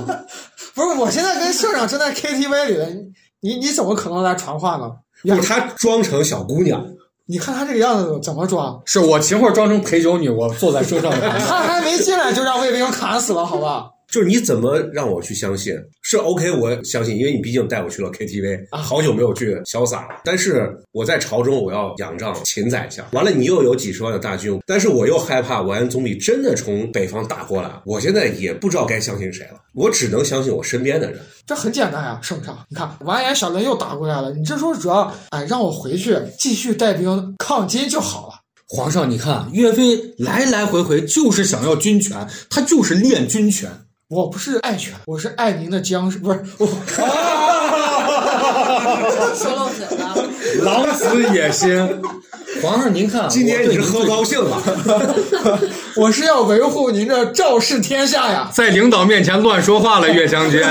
[SPEAKER 4] 不是，我现在跟社长正在 KTV 里了，你你你怎么可能来传话呢？
[SPEAKER 2] 不是他装成小姑娘，
[SPEAKER 4] 你看他这个样子怎么装？
[SPEAKER 3] 是我秦桧装成陪酒女，我坐在车上的旁边。
[SPEAKER 4] 他还没进来就让卫兵砍死了，好吧？
[SPEAKER 2] 就是你怎么让我去相信？是 OK，我相信，因为你毕竟带我去了 KTV，
[SPEAKER 4] 啊
[SPEAKER 2] 好久没有去潇洒了。但是我在朝中，我要仰仗秦宰相。完了，你又有几十万的大军，但是我又害怕完颜总理真的从北方打过来。我现在也不知道该相信谁了，我只能相信我身边的人。
[SPEAKER 4] 这很简单呀、圣啊上，你看完颜小伦又打过来了，你这时候只要哎让我回去继续带兵抗金就好了。
[SPEAKER 3] 皇上，你看岳飞来来回回就是想要军权，他就是练军权。
[SPEAKER 4] 我不是爱犬，我是爱您的僵尸，不是我。
[SPEAKER 1] 说漏嘴了。
[SPEAKER 3] 狼子野心， 皇上您看，
[SPEAKER 2] 今
[SPEAKER 3] 我
[SPEAKER 2] 天
[SPEAKER 3] 对
[SPEAKER 2] 你是
[SPEAKER 3] 您
[SPEAKER 2] 喝
[SPEAKER 3] 最
[SPEAKER 2] 高兴啊了，
[SPEAKER 4] 我是要维护您的赵氏天下呀！
[SPEAKER 3] 在领导面前乱说话了，岳将军。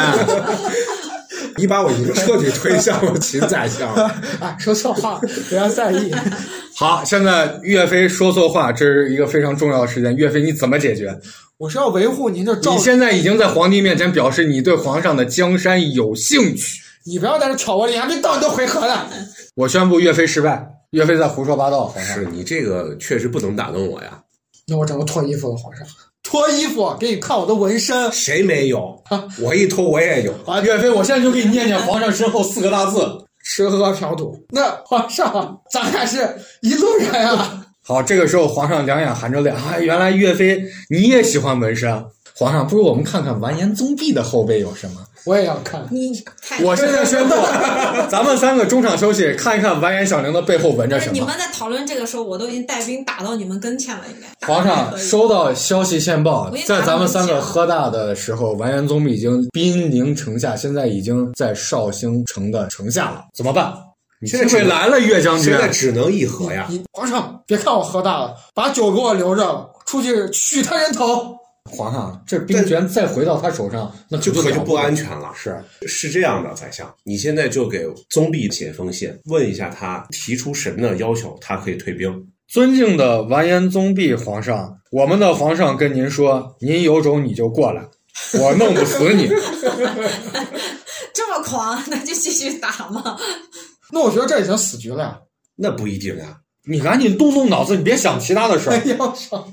[SPEAKER 2] 你把我已经彻底推向了秦宰相了。
[SPEAKER 4] 哎，说错话，不要在意。
[SPEAKER 3] 好，现在岳飞说错话，这是一个非常重要的事件。岳飞，你怎么解决？
[SPEAKER 4] 我是要维护您的赵
[SPEAKER 3] 你，现在已经在皇帝面前表示你对皇上的江山有兴趣。
[SPEAKER 4] 你不要在这挑拨离间，还没到你的回合 呢。
[SPEAKER 3] 我宣布岳飞失败，岳飞在胡说八道。皇上
[SPEAKER 2] 是，你这个确实不能打动我呀，
[SPEAKER 4] 那我整个脱衣服了，皇上，脱衣服给你看我的纹身。
[SPEAKER 2] 谁没 有？我一偷我也有。
[SPEAKER 3] 啊，岳飞，我现在就给你念念皇上身后四个大字。
[SPEAKER 4] 吃喝嫖赌，那皇上，咱俩是一路人啊！
[SPEAKER 3] 好，这个时候皇上两眼含着泪，啊，原来岳飞你也喜欢纹身。啊皇上，不如我们看看完颜宗弼的后背有什么？
[SPEAKER 4] 我也要 看，
[SPEAKER 1] 你太
[SPEAKER 3] 我现在宣布， 咱们三个中场休息，看一看完颜小玲的背后纹着
[SPEAKER 1] 不是
[SPEAKER 3] 什
[SPEAKER 1] 你
[SPEAKER 3] 么。
[SPEAKER 1] 们在讨论这个时候，我都已经带兵打到你们跟前了，应该。打得
[SPEAKER 3] 皇
[SPEAKER 1] 还
[SPEAKER 3] 上
[SPEAKER 1] 可以
[SPEAKER 3] 收到消息线报
[SPEAKER 1] 我也，
[SPEAKER 3] 在咱们三
[SPEAKER 1] 啊
[SPEAKER 3] 个喝大的时候，完颜宗弼已经兵临城下，现在已经在绍兴城的城下了，怎么办？你
[SPEAKER 2] 现在
[SPEAKER 3] 机会
[SPEAKER 2] 只
[SPEAKER 3] 来了，岳将军啊
[SPEAKER 2] 现。在只能议和呀。
[SPEAKER 4] 你皇上别看我喝大了，把酒给我留着，出去取他人头。
[SPEAKER 3] 皇上，这兵权再回到他手上，那
[SPEAKER 2] 就可
[SPEAKER 3] 了
[SPEAKER 2] 就不
[SPEAKER 3] 了
[SPEAKER 2] 安全了。
[SPEAKER 3] 是。
[SPEAKER 2] 是这样的，宰相，你现在就给宗弼写封信，问一下他提出什么样的要求，他可以退兵。
[SPEAKER 3] 尊敬的完颜宗弼皇上，我们的皇上跟您说，您有种你就过来，我弄不死 你。
[SPEAKER 1] 这么狂， 那就继续打嘛。
[SPEAKER 4] 那我觉得这已经死局了呀！
[SPEAKER 2] 那不一定啊，
[SPEAKER 3] 你赶紧动动脑子，你别想其他的事
[SPEAKER 4] 哎
[SPEAKER 3] 儿。
[SPEAKER 4] 呀，上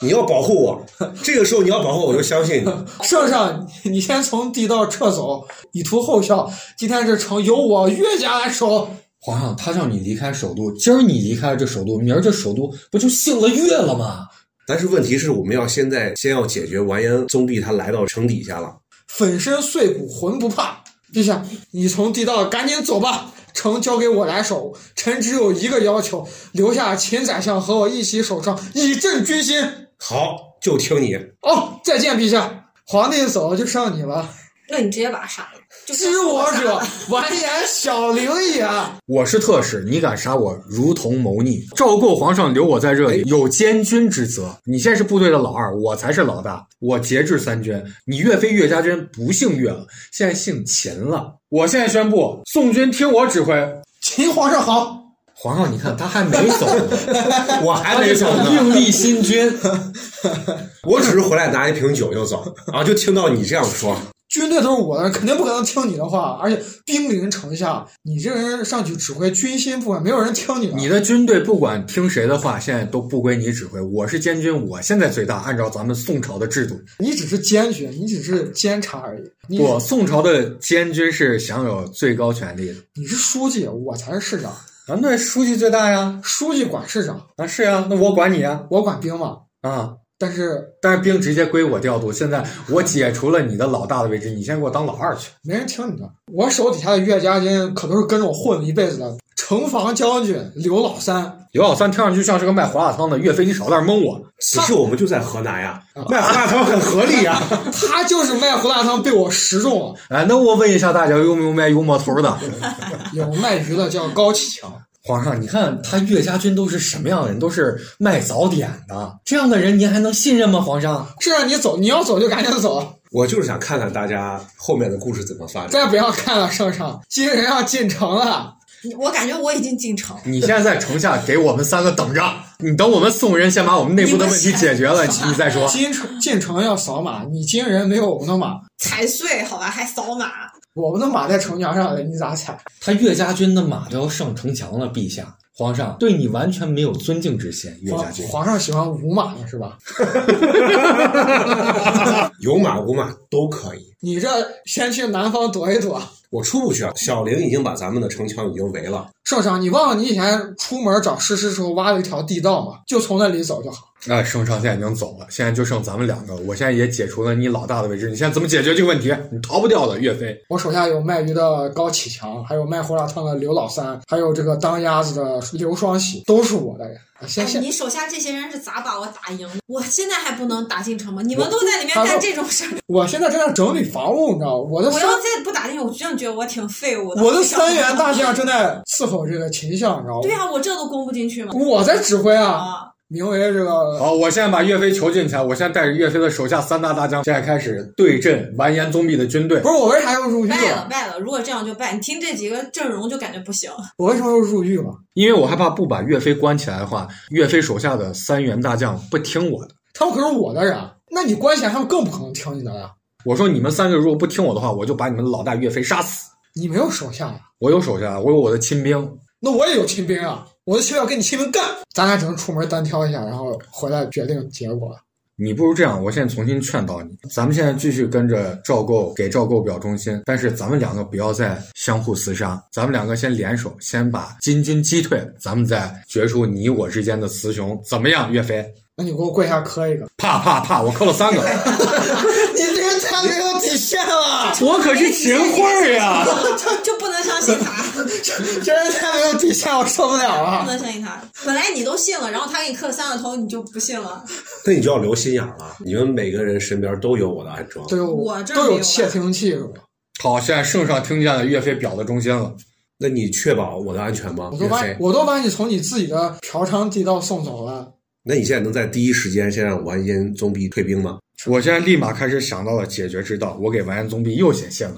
[SPEAKER 2] 你要保护我。这个时候你要保护我，我就相信你。
[SPEAKER 4] 圣上，你先从地道撤走，以图后效。今天这城由我岳家来守。
[SPEAKER 3] 皇上，他让你离开首都，今儿你离开了这首都，明儿这首都不就姓了岳了吗？
[SPEAKER 2] 但是问题是，我们要现在先要解决完颜宗弼他来到城底下了。
[SPEAKER 4] 粉身碎骨浑不怕。陛下，你从地道赶紧走吧，城交给我来守。臣只有一个要求，留下秦宰相和我一起守城，以振军心。
[SPEAKER 2] 好，就听你。
[SPEAKER 4] 哦，再见，陛下。皇帝走了，就剩你了。
[SPEAKER 1] 那你直接把他杀了。就
[SPEAKER 4] 知我者，完颜小陵也。
[SPEAKER 3] 我是特使，你敢杀我，如同谋逆。赵构皇上留我在这里，有监军之责。你现在是部队的老二，我才是老大，我节制三军。你岳飞岳家军不姓岳了，现在姓秦了。我现在宣布，宋军听我指挥。
[SPEAKER 4] 秦皇上好，
[SPEAKER 3] 皇上，你看他还没走 呢，
[SPEAKER 2] 我还没走呢，
[SPEAKER 3] 另立新君。
[SPEAKER 2] 我只是回来拿一瓶酒就走，然后就听到你这样说。
[SPEAKER 4] 军队都是我的，肯定不可能听你的话。而且兵临城下，你这个人上去指挥军心不稳，没有人听你的。
[SPEAKER 3] 你的军队不管听谁的话，现在都不归你指挥。我是监军，我现在最大。按照咱们宋朝的制度，
[SPEAKER 4] 你只是监军，你只是监察而已。你
[SPEAKER 3] 我宋朝的监军是享有最高权力的。
[SPEAKER 4] 你是书记，我才是市长。
[SPEAKER 3] 啊，那书记最大呀，
[SPEAKER 4] 书记管市长，
[SPEAKER 3] 啊是呀，那我管你呀，
[SPEAKER 4] 我管兵马。
[SPEAKER 3] 啊，
[SPEAKER 4] 但是
[SPEAKER 3] 但是兵直接归我调度，现在我解除了你的老大的位置，你先给我当老二去。
[SPEAKER 4] 没人听你的。我手底下的岳家军可都是跟着我混了一辈子的，城防将军刘老三，
[SPEAKER 3] 刘老三听上去像是个卖胡辣汤的，岳飞你少在那儿蒙我。
[SPEAKER 2] 此事我们就在河南呀，卖胡辣汤很合理啊呀。
[SPEAKER 4] 他就是卖胡辣汤被我识中了。
[SPEAKER 3] 哎，那我问一下大家，有没有卖油馍头的？
[SPEAKER 4] 有卖鱼的叫高启强，
[SPEAKER 3] 皇上，你看他岳家军都是什么样的人？都是卖早点的，这样的人您还能信任吗？皇上，
[SPEAKER 4] 这让啊你走，你要走就赶紧走，
[SPEAKER 2] 我就是想看看大家后面的故事怎么发展。
[SPEAKER 4] 再不要看了，圣上，金人要进城了。
[SPEAKER 1] 我感觉我已经进城，
[SPEAKER 3] 你现在在城下给我们三个等着，你等我们宋人先把我们内部的问题解决了，
[SPEAKER 1] 你们先
[SPEAKER 3] 你再说。
[SPEAKER 4] 金城进城要扫码，你金人没有我们的码，
[SPEAKER 1] 踩碎好吧，还扫码。
[SPEAKER 4] 我们的马在城墙上嘞，你咋踩？
[SPEAKER 3] 他岳家军的马都要上城墙了，陛下，皇上对你完全没有尊敬之心。岳家
[SPEAKER 4] 皇
[SPEAKER 3] 军，
[SPEAKER 4] 皇上喜欢五马的是吧？
[SPEAKER 2] 有马无马都可以，
[SPEAKER 4] 你这先去南方躲一躲。
[SPEAKER 2] 我出不去啊。小玲已经把咱们的城墙已经围了，
[SPEAKER 4] 圣上，你忘了你以前出门找诗诗时候挖了一条地道吗？就从那里走就好。
[SPEAKER 3] 啊，圣上现在已经走了，现在就剩咱们两个。我现在也解除了你老大的位置，你现在怎么解决这个问题？你逃不掉的，岳飞。
[SPEAKER 4] 我手下有卖鱼的高启强，还有卖胡辣汤的刘老三，还有这个当鸭子的刘双喜，都是我的人。啊
[SPEAKER 1] 哎
[SPEAKER 4] 先，先，
[SPEAKER 1] 你手下这些人是咋把我打赢的？我现在还不能打进城吗？你们都在里面干这种事儿，
[SPEAKER 4] 我现在正在整理房屋，你知道吗？我的
[SPEAKER 1] 我
[SPEAKER 4] 三
[SPEAKER 1] 要再不打进，我真的觉得我挺废物的。
[SPEAKER 4] 我的三员大将正在伺候这个秦相，你知道吗？
[SPEAKER 1] 对啊，我这都攻不进去吗？
[SPEAKER 4] 我在指挥啊，
[SPEAKER 1] 啊，
[SPEAKER 4] 名为这个
[SPEAKER 3] 好，我现在把岳飞囚禁起来，我现在带着岳飞的手下三大大将，现在开始对阵完颜宗弼的军队
[SPEAKER 4] 不。是我为啥要入狱啊
[SPEAKER 1] 败了
[SPEAKER 4] 了？
[SPEAKER 1] 败了！如果这样就败，你听这几个阵容就感觉不行。
[SPEAKER 4] 我为什么要入狱了？
[SPEAKER 3] 因为我害怕不把岳飞关起来的话，岳飞手下的三员大将不听我的。
[SPEAKER 4] 他们可是我的人，啊那你关起来，他们更不可能听你的了。啊
[SPEAKER 3] 我说你们三个如果不听我的话，我就把你们老大岳飞杀死。
[SPEAKER 4] 你没有手下呀？
[SPEAKER 3] 我有手下，我有我的亲兵。
[SPEAKER 4] 那我也有亲兵啊，我就亲要跟你亲兵干，咱俩只能出门单挑一下，然后回来决定结果。
[SPEAKER 3] 你不如这样，我现在重新劝导你，咱们现在继续跟着赵构给赵构表忠心，但是咱们两个不要再相互厮杀，咱们两个先联手，先把金军击退，咱们再决出你我之间的雌雄，怎么样，岳飞？
[SPEAKER 4] 那你给我跪下磕一个，
[SPEAKER 3] 啪啪啪！我扣了三个，
[SPEAKER 4] 你这个太没有底线了，
[SPEAKER 3] 我可是秦桧 呀！
[SPEAKER 1] 就就不能相信他，
[SPEAKER 4] 这人太没有底线，我受不了
[SPEAKER 1] 不
[SPEAKER 4] 了。
[SPEAKER 1] 能相信他。本来你都信了，然后他给你磕了三个头，你就不信了。
[SPEAKER 2] 那你就要留心眼儿了。你们每个人身边都有我的暗桩，
[SPEAKER 4] 都有
[SPEAKER 1] 我这儿没有
[SPEAKER 4] 都有窃听器是吧？
[SPEAKER 3] 好，现在圣上听见了岳飞表的忠心了，
[SPEAKER 2] 那你确保我的安全吗？
[SPEAKER 4] 我都
[SPEAKER 2] 岳
[SPEAKER 4] 把
[SPEAKER 2] 飞，
[SPEAKER 4] 我都把你从你自己的嫖娼地道送走了。
[SPEAKER 2] 那你现在能在第一时间先让完颜宗弼退兵吗？
[SPEAKER 3] 我现在立马开始想到了解决之道，我给完颜宗弼又写信了。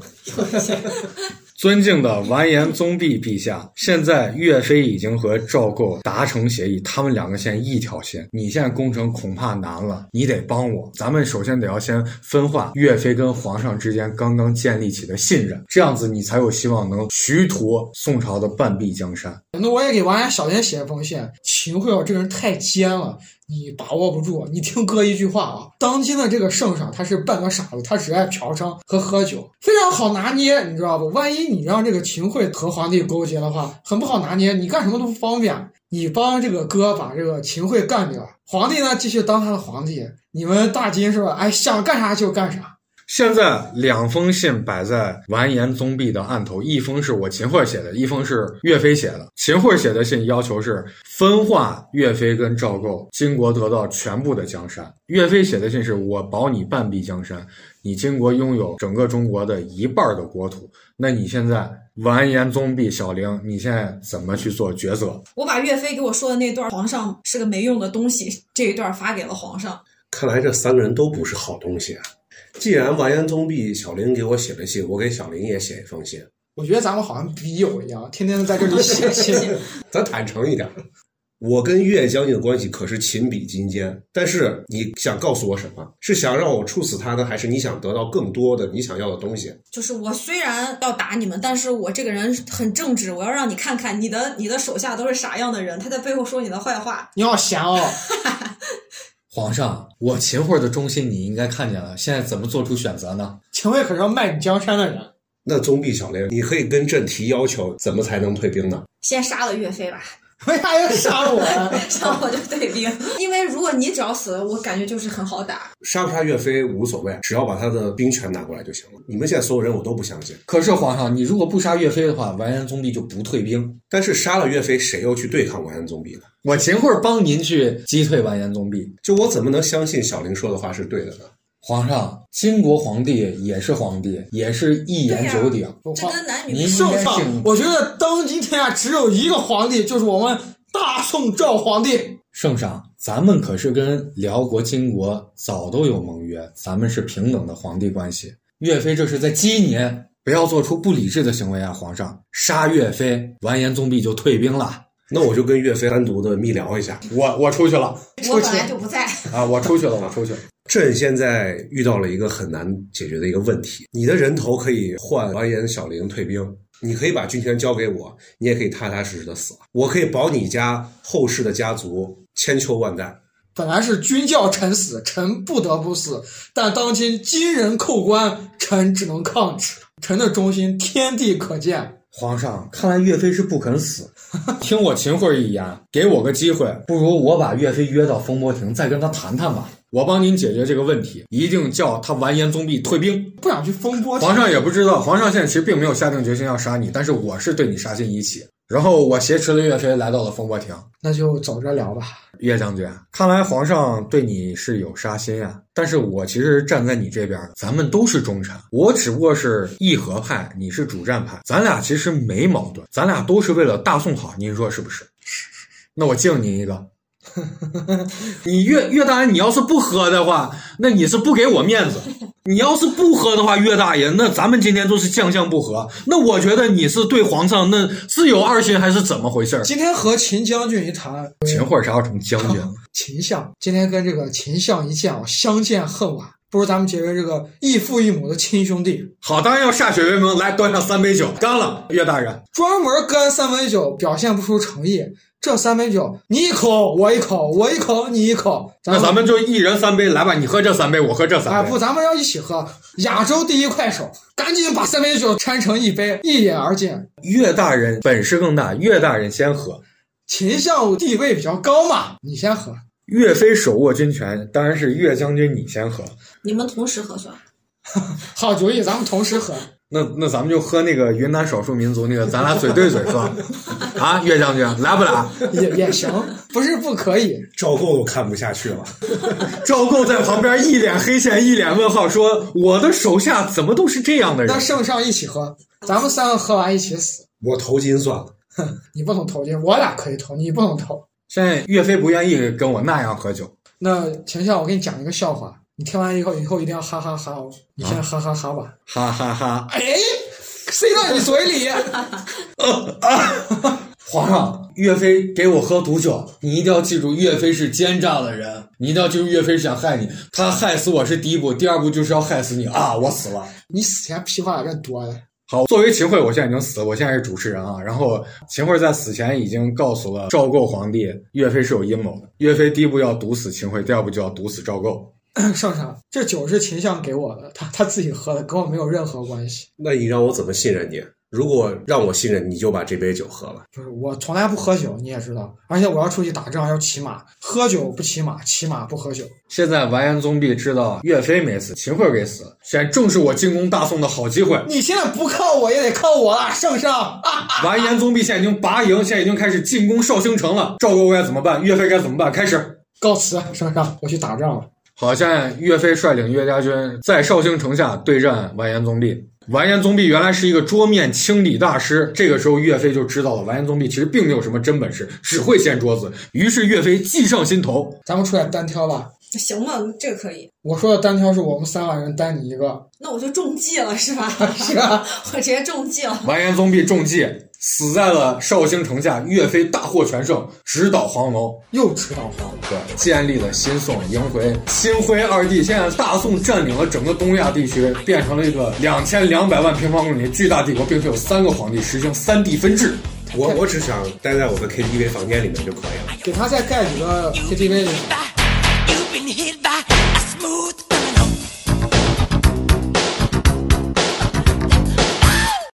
[SPEAKER 3] 尊敬的完颜宗弼陛下，现在岳飞已经和赵构达成协议，他们两个现在一条心。你现在攻城恐怕难了，你得帮我。咱们首先得要先分化岳飞跟皇上之间刚刚建立起的信任，这样子你才有希望能徐图宋朝的半壁江山。
[SPEAKER 4] 那我也给王安小莲写一封信，秦桧啊，这个人太奸了，你把握不住。你听哥一句话啊，当今的这个圣上他是半个傻子，他只爱嫖娼和喝酒，非常好拿捏，你知道不？万一你让这个秦桧和皇帝勾结的话，很不好拿捏，你干什么都不方便。你帮这个哥把这个秦桧干掉，皇帝呢继续当他的皇帝，你们大金是吧？哎，想干啥就干啥。
[SPEAKER 3] 现在两封信摆在完颜宗弼的案头，一封是我秦桧写的，一封是岳飞写的。秦桧写的信要求是分化岳飞跟赵构，金国得到全部的江山；岳飞写的信是我保你半壁江山，你金国拥有整个中国的一半的国土。那你现在完颜宗弼、小玲，你现在怎么去做抉择？
[SPEAKER 1] 我把岳飞给我说的那段“皇上是个没用的东西”这一段发给了皇上。
[SPEAKER 2] 看来这三个人都不是好东西啊。既然完颜宗弼、小玲给我写了信，我给小玲也写一封信，
[SPEAKER 4] 我觉得咱们好像笔友一样，天天在这里写信。
[SPEAKER 2] 咱坦诚一点。我跟岳将军的关系可是秦比金坚，但是你想告诉我什么？是想让我处死他呢，还是你想得到更多的你想要的东西？
[SPEAKER 1] 就是我虽然要打你们，但是我这个人很正直，我要让你看看你的你的手下都是啥样的人，他在背后说你的坏话。
[SPEAKER 4] 你好闲哦。
[SPEAKER 3] 皇上，我秦桧的忠心你应该看见了，现在怎么做出选择呢？
[SPEAKER 4] 秦桧可是要卖你江山的人。
[SPEAKER 2] 那宗弼、小玲，你可以跟朕提要求，怎么才能退兵呢？
[SPEAKER 1] 先杀了岳飞吧，
[SPEAKER 4] 为啥要 杀我啊呀？
[SPEAKER 1] 像我就对兵，因为如果你只要死了，我感觉就是很好打。
[SPEAKER 2] 杀不杀岳飞无所谓，只要把他的兵权拿过来就行了。你们现在所有人我都不相信，
[SPEAKER 3] 可是皇上，你如果不杀岳飞的话，完颜宗弼就不退兵。
[SPEAKER 2] 但是杀了岳飞，谁又去对抗完颜宗弼呢？
[SPEAKER 3] 我秦桧帮您去击退完颜宗弼。
[SPEAKER 2] 就我怎么能相信小林说的话是对的呢？
[SPEAKER 3] 皇上，金国皇帝也是皇帝，也是一言九鼎。
[SPEAKER 1] 这跟男女
[SPEAKER 3] 您
[SPEAKER 1] 不一样
[SPEAKER 3] 应
[SPEAKER 4] 圣
[SPEAKER 3] 该
[SPEAKER 4] 上
[SPEAKER 3] 请，
[SPEAKER 4] 我觉得当今天下只有一个皇帝，就是我们大宋赵皇帝。
[SPEAKER 3] 圣上，咱们可是跟辽国、金国早都有盟约，咱们是平等的皇帝关系。岳飞这是在激您，不要做出不理智的行为啊，皇上！杀岳飞，完颜宗弼就退兵了。
[SPEAKER 2] 那我就跟岳飞单独的密聊一下。
[SPEAKER 3] 我我出去了
[SPEAKER 1] 我本来就不在，
[SPEAKER 3] 啊！我出去了，我出去了。
[SPEAKER 2] 朕现在遇到了一个很难解决的一个问题，你的人头可以换完颜小玲退兵，你可以把军权交给我，你也可以踏踏实实的死了，我可以保你家后世的家族千秋万代。
[SPEAKER 4] 本来是君叫臣死，臣不得不死，但当今金人叩关，臣只能抗旨。臣的忠心，天地可见。
[SPEAKER 3] 皇上，看来岳飞是不肯 死。听我秦桧一言，给我个机会，不如我把岳飞约到风波亭，再跟他谈谈吧。我帮您解决这个问题，一定叫他完颜宗弼退兵。
[SPEAKER 4] 不想去风波亭
[SPEAKER 3] 皇上也不知道，皇上现在其实并没有下定决心要杀你，但是我是对你杀心已起。然后我挟持了岳飞来到了风波亭。
[SPEAKER 4] 那就走着聊吧。
[SPEAKER 3] 岳将军，看来皇上对你是有杀心啊。但是我其实站在你这边的，咱们都是忠臣，我只不过是议和派，你是主战派，咱俩其实没矛盾，咱俩都是为了大宋好，您说是不是？那我敬您一个。 你岳岳大人，你要是不喝的话，那你是不给我面子。你要是不喝的话，岳大爷，那咱们今天就是将相不和。那我觉得你是对皇上那是有二心还是怎么回事 儿？
[SPEAKER 4] 今天和秦将军一谈，
[SPEAKER 3] 秦桧啥时候成将军啊了？
[SPEAKER 4] 秦相今天跟这个秦相一见啊，相见恨晚。不如咱们结为这个异父异母的亲兄弟，
[SPEAKER 3] 好，当然要歃血为盟，来端上三杯酒，干了，岳大人。
[SPEAKER 4] 专门干三杯酒，表现不出诚意。这三杯酒，你一口我一口，我一口你一口，
[SPEAKER 3] 那咱们就一人三杯，来吧，你喝这三杯，我喝这
[SPEAKER 4] 哎
[SPEAKER 3] 三杯。
[SPEAKER 4] 不，咱们要一起喝。亚洲第一快手，赶紧把三杯酒掺成一杯，一饮而尽。
[SPEAKER 3] 岳大人本事更大，岳大人先喝。
[SPEAKER 4] 秦相地位比较高嘛，你先喝。
[SPEAKER 3] 岳飞手握军权，当然是岳将军你先喝。
[SPEAKER 1] 你们同时核算。
[SPEAKER 4] 好主意，咱们 同时喝。
[SPEAKER 3] 那那咱们就喝那个云南少数民族那个，咱俩嘴对嘴 喝啊，岳将军来不来？
[SPEAKER 4] 也也行，不是不可以。
[SPEAKER 2] 赵构都看不下去了，
[SPEAKER 3] 赵构在旁边一脸黑线，一脸问号，说：“我的手下怎么都是这样的人
[SPEAKER 4] 那圣上一起喝，咱们三个喝完一起死。
[SPEAKER 2] 我投金算了。
[SPEAKER 4] 你不能投进，我俩可以投，你不能投。？”
[SPEAKER 3] 现在岳飞不愿意跟我那样喝酒，
[SPEAKER 4] 那秦相，我给你讲一个笑话，你听完以后以后一定要哈哈哈哦。你先哈哈哈吧。
[SPEAKER 3] 哈哈哈。
[SPEAKER 4] 哎，塞到你 嘴里。
[SPEAKER 3] 呃啊皇上，岳飞给我喝毒酒，你一定要记住，岳飞是奸诈的人，你一定要记住，岳飞是想害你，他害死我是第一步，第二步就是要害死你啊！我死了。
[SPEAKER 4] 你死前屁话有点多 呀。
[SPEAKER 3] 好，作为秦桧，我现在已经死了，我现在是主持人啊。然后秦桧在死前已经告诉了赵构皇帝，岳飞是有阴谋的。岳飞第一步要毒死秦桧，第二步就要毒死赵构。
[SPEAKER 4] 圣上，这酒是秦相给我的，他他自己喝的，跟我没有任何关系。
[SPEAKER 2] 那你让我怎么信任你？如果让我信任，你就把这杯酒喝了。
[SPEAKER 4] 就是我从来不喝酒，你也知道，而且我要出去打仗要骑马，喝酒不骑马，骑马不喝酒。
[SPEAKER 3] 现在完颜宗弼知道岳飞没死，秦桧给死了，现在正是我进攻大宋的好机会。
[SPEAKER 4] 你现在不靠我也得靠我了，圣上啊！
[SPEAKER 3] 完颜宗弼现在已经拔营，现在已经开始进攻绍兴城了。赵构该怎么办？岳飞该怎么办？开始。
[SPEAKER 4] 告辞，啊圣上，我去打仗了。
[SPEAKER 3] 好，现在岳飞率领岳家军在绍兴城下对战完颜宗弼。完颜宗弼原来是一个桌面清理大师，这个时候岳飞就知道了，完颜宗弼其实并没有什么真本事，只会掀桌子。于是岳飞计上心头，
[SPEAKER 4] 咱们出来单挑吧。
[SPEAKER 1] 行吧，这个可以。
[SPEAKER 4] 我说的单挑是我们三万人单你一个，
[SPEAKER 1] 那我就中计了，是吧？
[SPEAKER 4] 是啊，
[SPEAKER 1] 我直接中计了。
[SPEAKER 3] 完颜宗弼中计，死在了绍兴城下。岳飞大获全胜，直捣黄龙，
[SPEAKER 4] 又吃到黄了。
[SPEAKER 3] 对，建立了新宋，赢回新徽二帝。现在大宋占领了整个东亚地区，变成了一个两千两百万平方公里的巨大帝国，并且有三个皇帝，实行三帝分治。
[SPEAKER 2] 我我只想待在我的 KTV 房间里面就可以了。
[SPEAKER 4] 给他再盖几个 KTV 里，
[SPEAKER 5] You've been hit by,